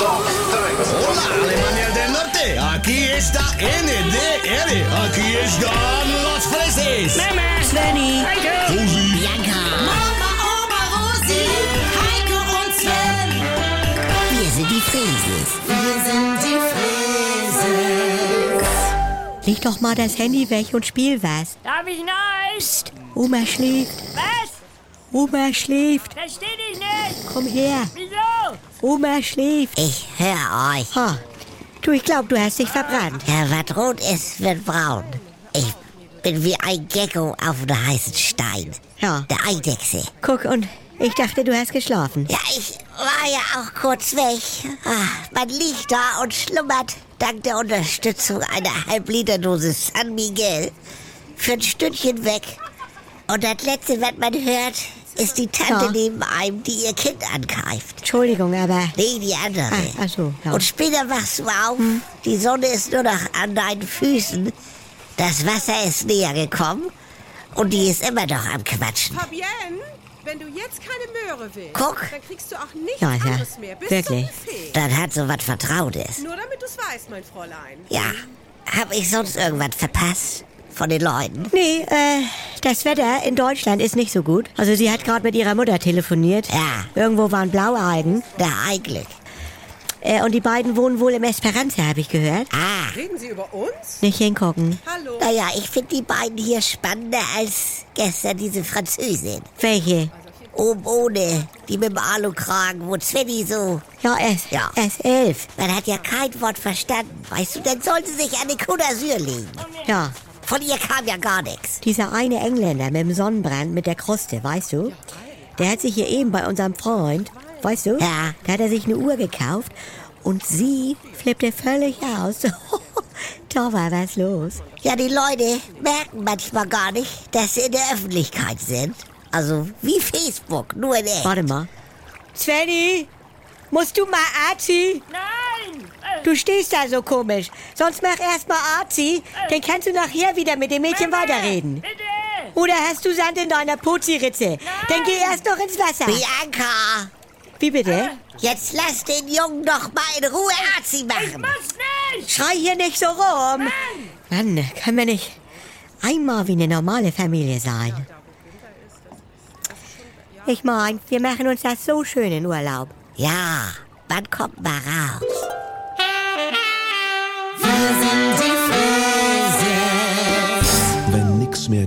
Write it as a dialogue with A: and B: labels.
A: Hola, Alemania del Norte. Aquí está NDR. Aquí están los freses.
B: Mama, Svenny, Heiko,
A: Rosi.
C: Bianca.
B: Mama, Oma, Rosi, Heiko und Sven.
C: Wir sind die Frieses.
B: Wir sind die Friesen.
C: Leg doch mal das Handy weg und spiel was.
D: Darf ich neist?
C: Oma schläft.
D: Was?
C: Oma schläft.
D: Versteh dich nicht.
C: Komm her.
D: Wieso?
C: Oma schläft.
E: Ich höre euch.
C: Ha. Du, ich glaube, du hast dich verbrannt.
E: Ja, was rot ist, wird braun. Ich bin wie ein Gecko auf einem heißen Stein.
C: Ja.
E: Eine Eidechse.
C: Guck, und ich dachte, du hast geschlafen.
E: Ja, ich war ja auch kurz weg. Ah, man liegt da und schlummert. Dank der Unterstützung einer Halbliterdose San Miguel. Für ein Stündchen weg. Und das Letzte, was man hört, ist die Tante
C: Ja.
E: neben einem, die ihr Kind angreift.
C: Entschuldigung, aber...
E: Nee, die andere.
C: Ah, ach so, ja. Hm.
E: Und später wachst du auf, die Sonne ist nur noch an deinen Füßen, das Wasser ist näher gekommen und die ist immer noch am Quatschen.
F: Fabienne, wenn du jetzt keine Möhre willst,
E: Guck.
F: dann kriegst du auch nichts
C: Ja, ja.
F: anderes mehr. Bis
C: Wirklich.
F: zum Buffet.
E: Dann hat so was Vertrautes.
F: Nur damit du es weißt, mein Fräulein.
E: Ja, hab ich sonst irgendwas verpasst von den Leuten?
C: Nee, äh, das Wetter in Deutschland ist nicht so gut. Also sie hat gerade mit ihrer Mutter telefoniert.
E: Ja.
C: Irgendwo waren Blaualgen.
E: Na, ein Glück.
C: Äh, und die beiden wohnen wohl im Esperanza, habe ich gehört.
E: Ah,
F: Reden Sie über uns?
C: Nicht hingucken.
F: Hallo.
E: naja, ich finde die beiden hier spannender als gestern diese Französin.
C: Welche?
E: Oben ohne, die mit dem Alukragen, wo Svenny so
C: Ja, S.
E: Ja.
C: S11.
E: Man hat ja kein Wort verstanden. Weißt du, dann soll sie sich an den Côte d'Azur legen.
C: Ja,
E: Von ihr kam ja gar nichts.
C: dieser eine Engländer mit dem Sonnenbrand, mit der Kruste, weißt du? Der hat sich hier eben bei unserem Freund, weißt du?
E: Ja.
C: Da hat er sich eine Uhr gekauft und sie flippte völlig aus. da war was los.
E: Ja, die Leute merken manchmal gar nicht, dass sie in der Öffentlichkeit sind. Also wie Facebook, nur in echt.
C: Warte mal. Svenny, musst du mal Arzi?
D: Nein! Äh,
C: Du stehst da so komisch. Sonst mach erst mal Arzi, dann kannst du nachher wieder mit dem Mädchen
D: Mama,
C: weiterreden.
D: Bitte!
C: Oder hast du Sand in deiner Pozi-Ritze? Dann geh erst noch ins Wasser.
E: Bianca,
C: Wie bitte?
E: jetzt lass den Jungen doch mal in Ruhe Azi machen.
D: Was nicht?
C: Schrei hier nicht so rum. Mann, können wir nicht einmal wie eine normale Familie sein? Ich mein, wir machen uns das so schön in Urlaub.
E: Ja, wann kommt mal raus?
G: Wenn nix mehr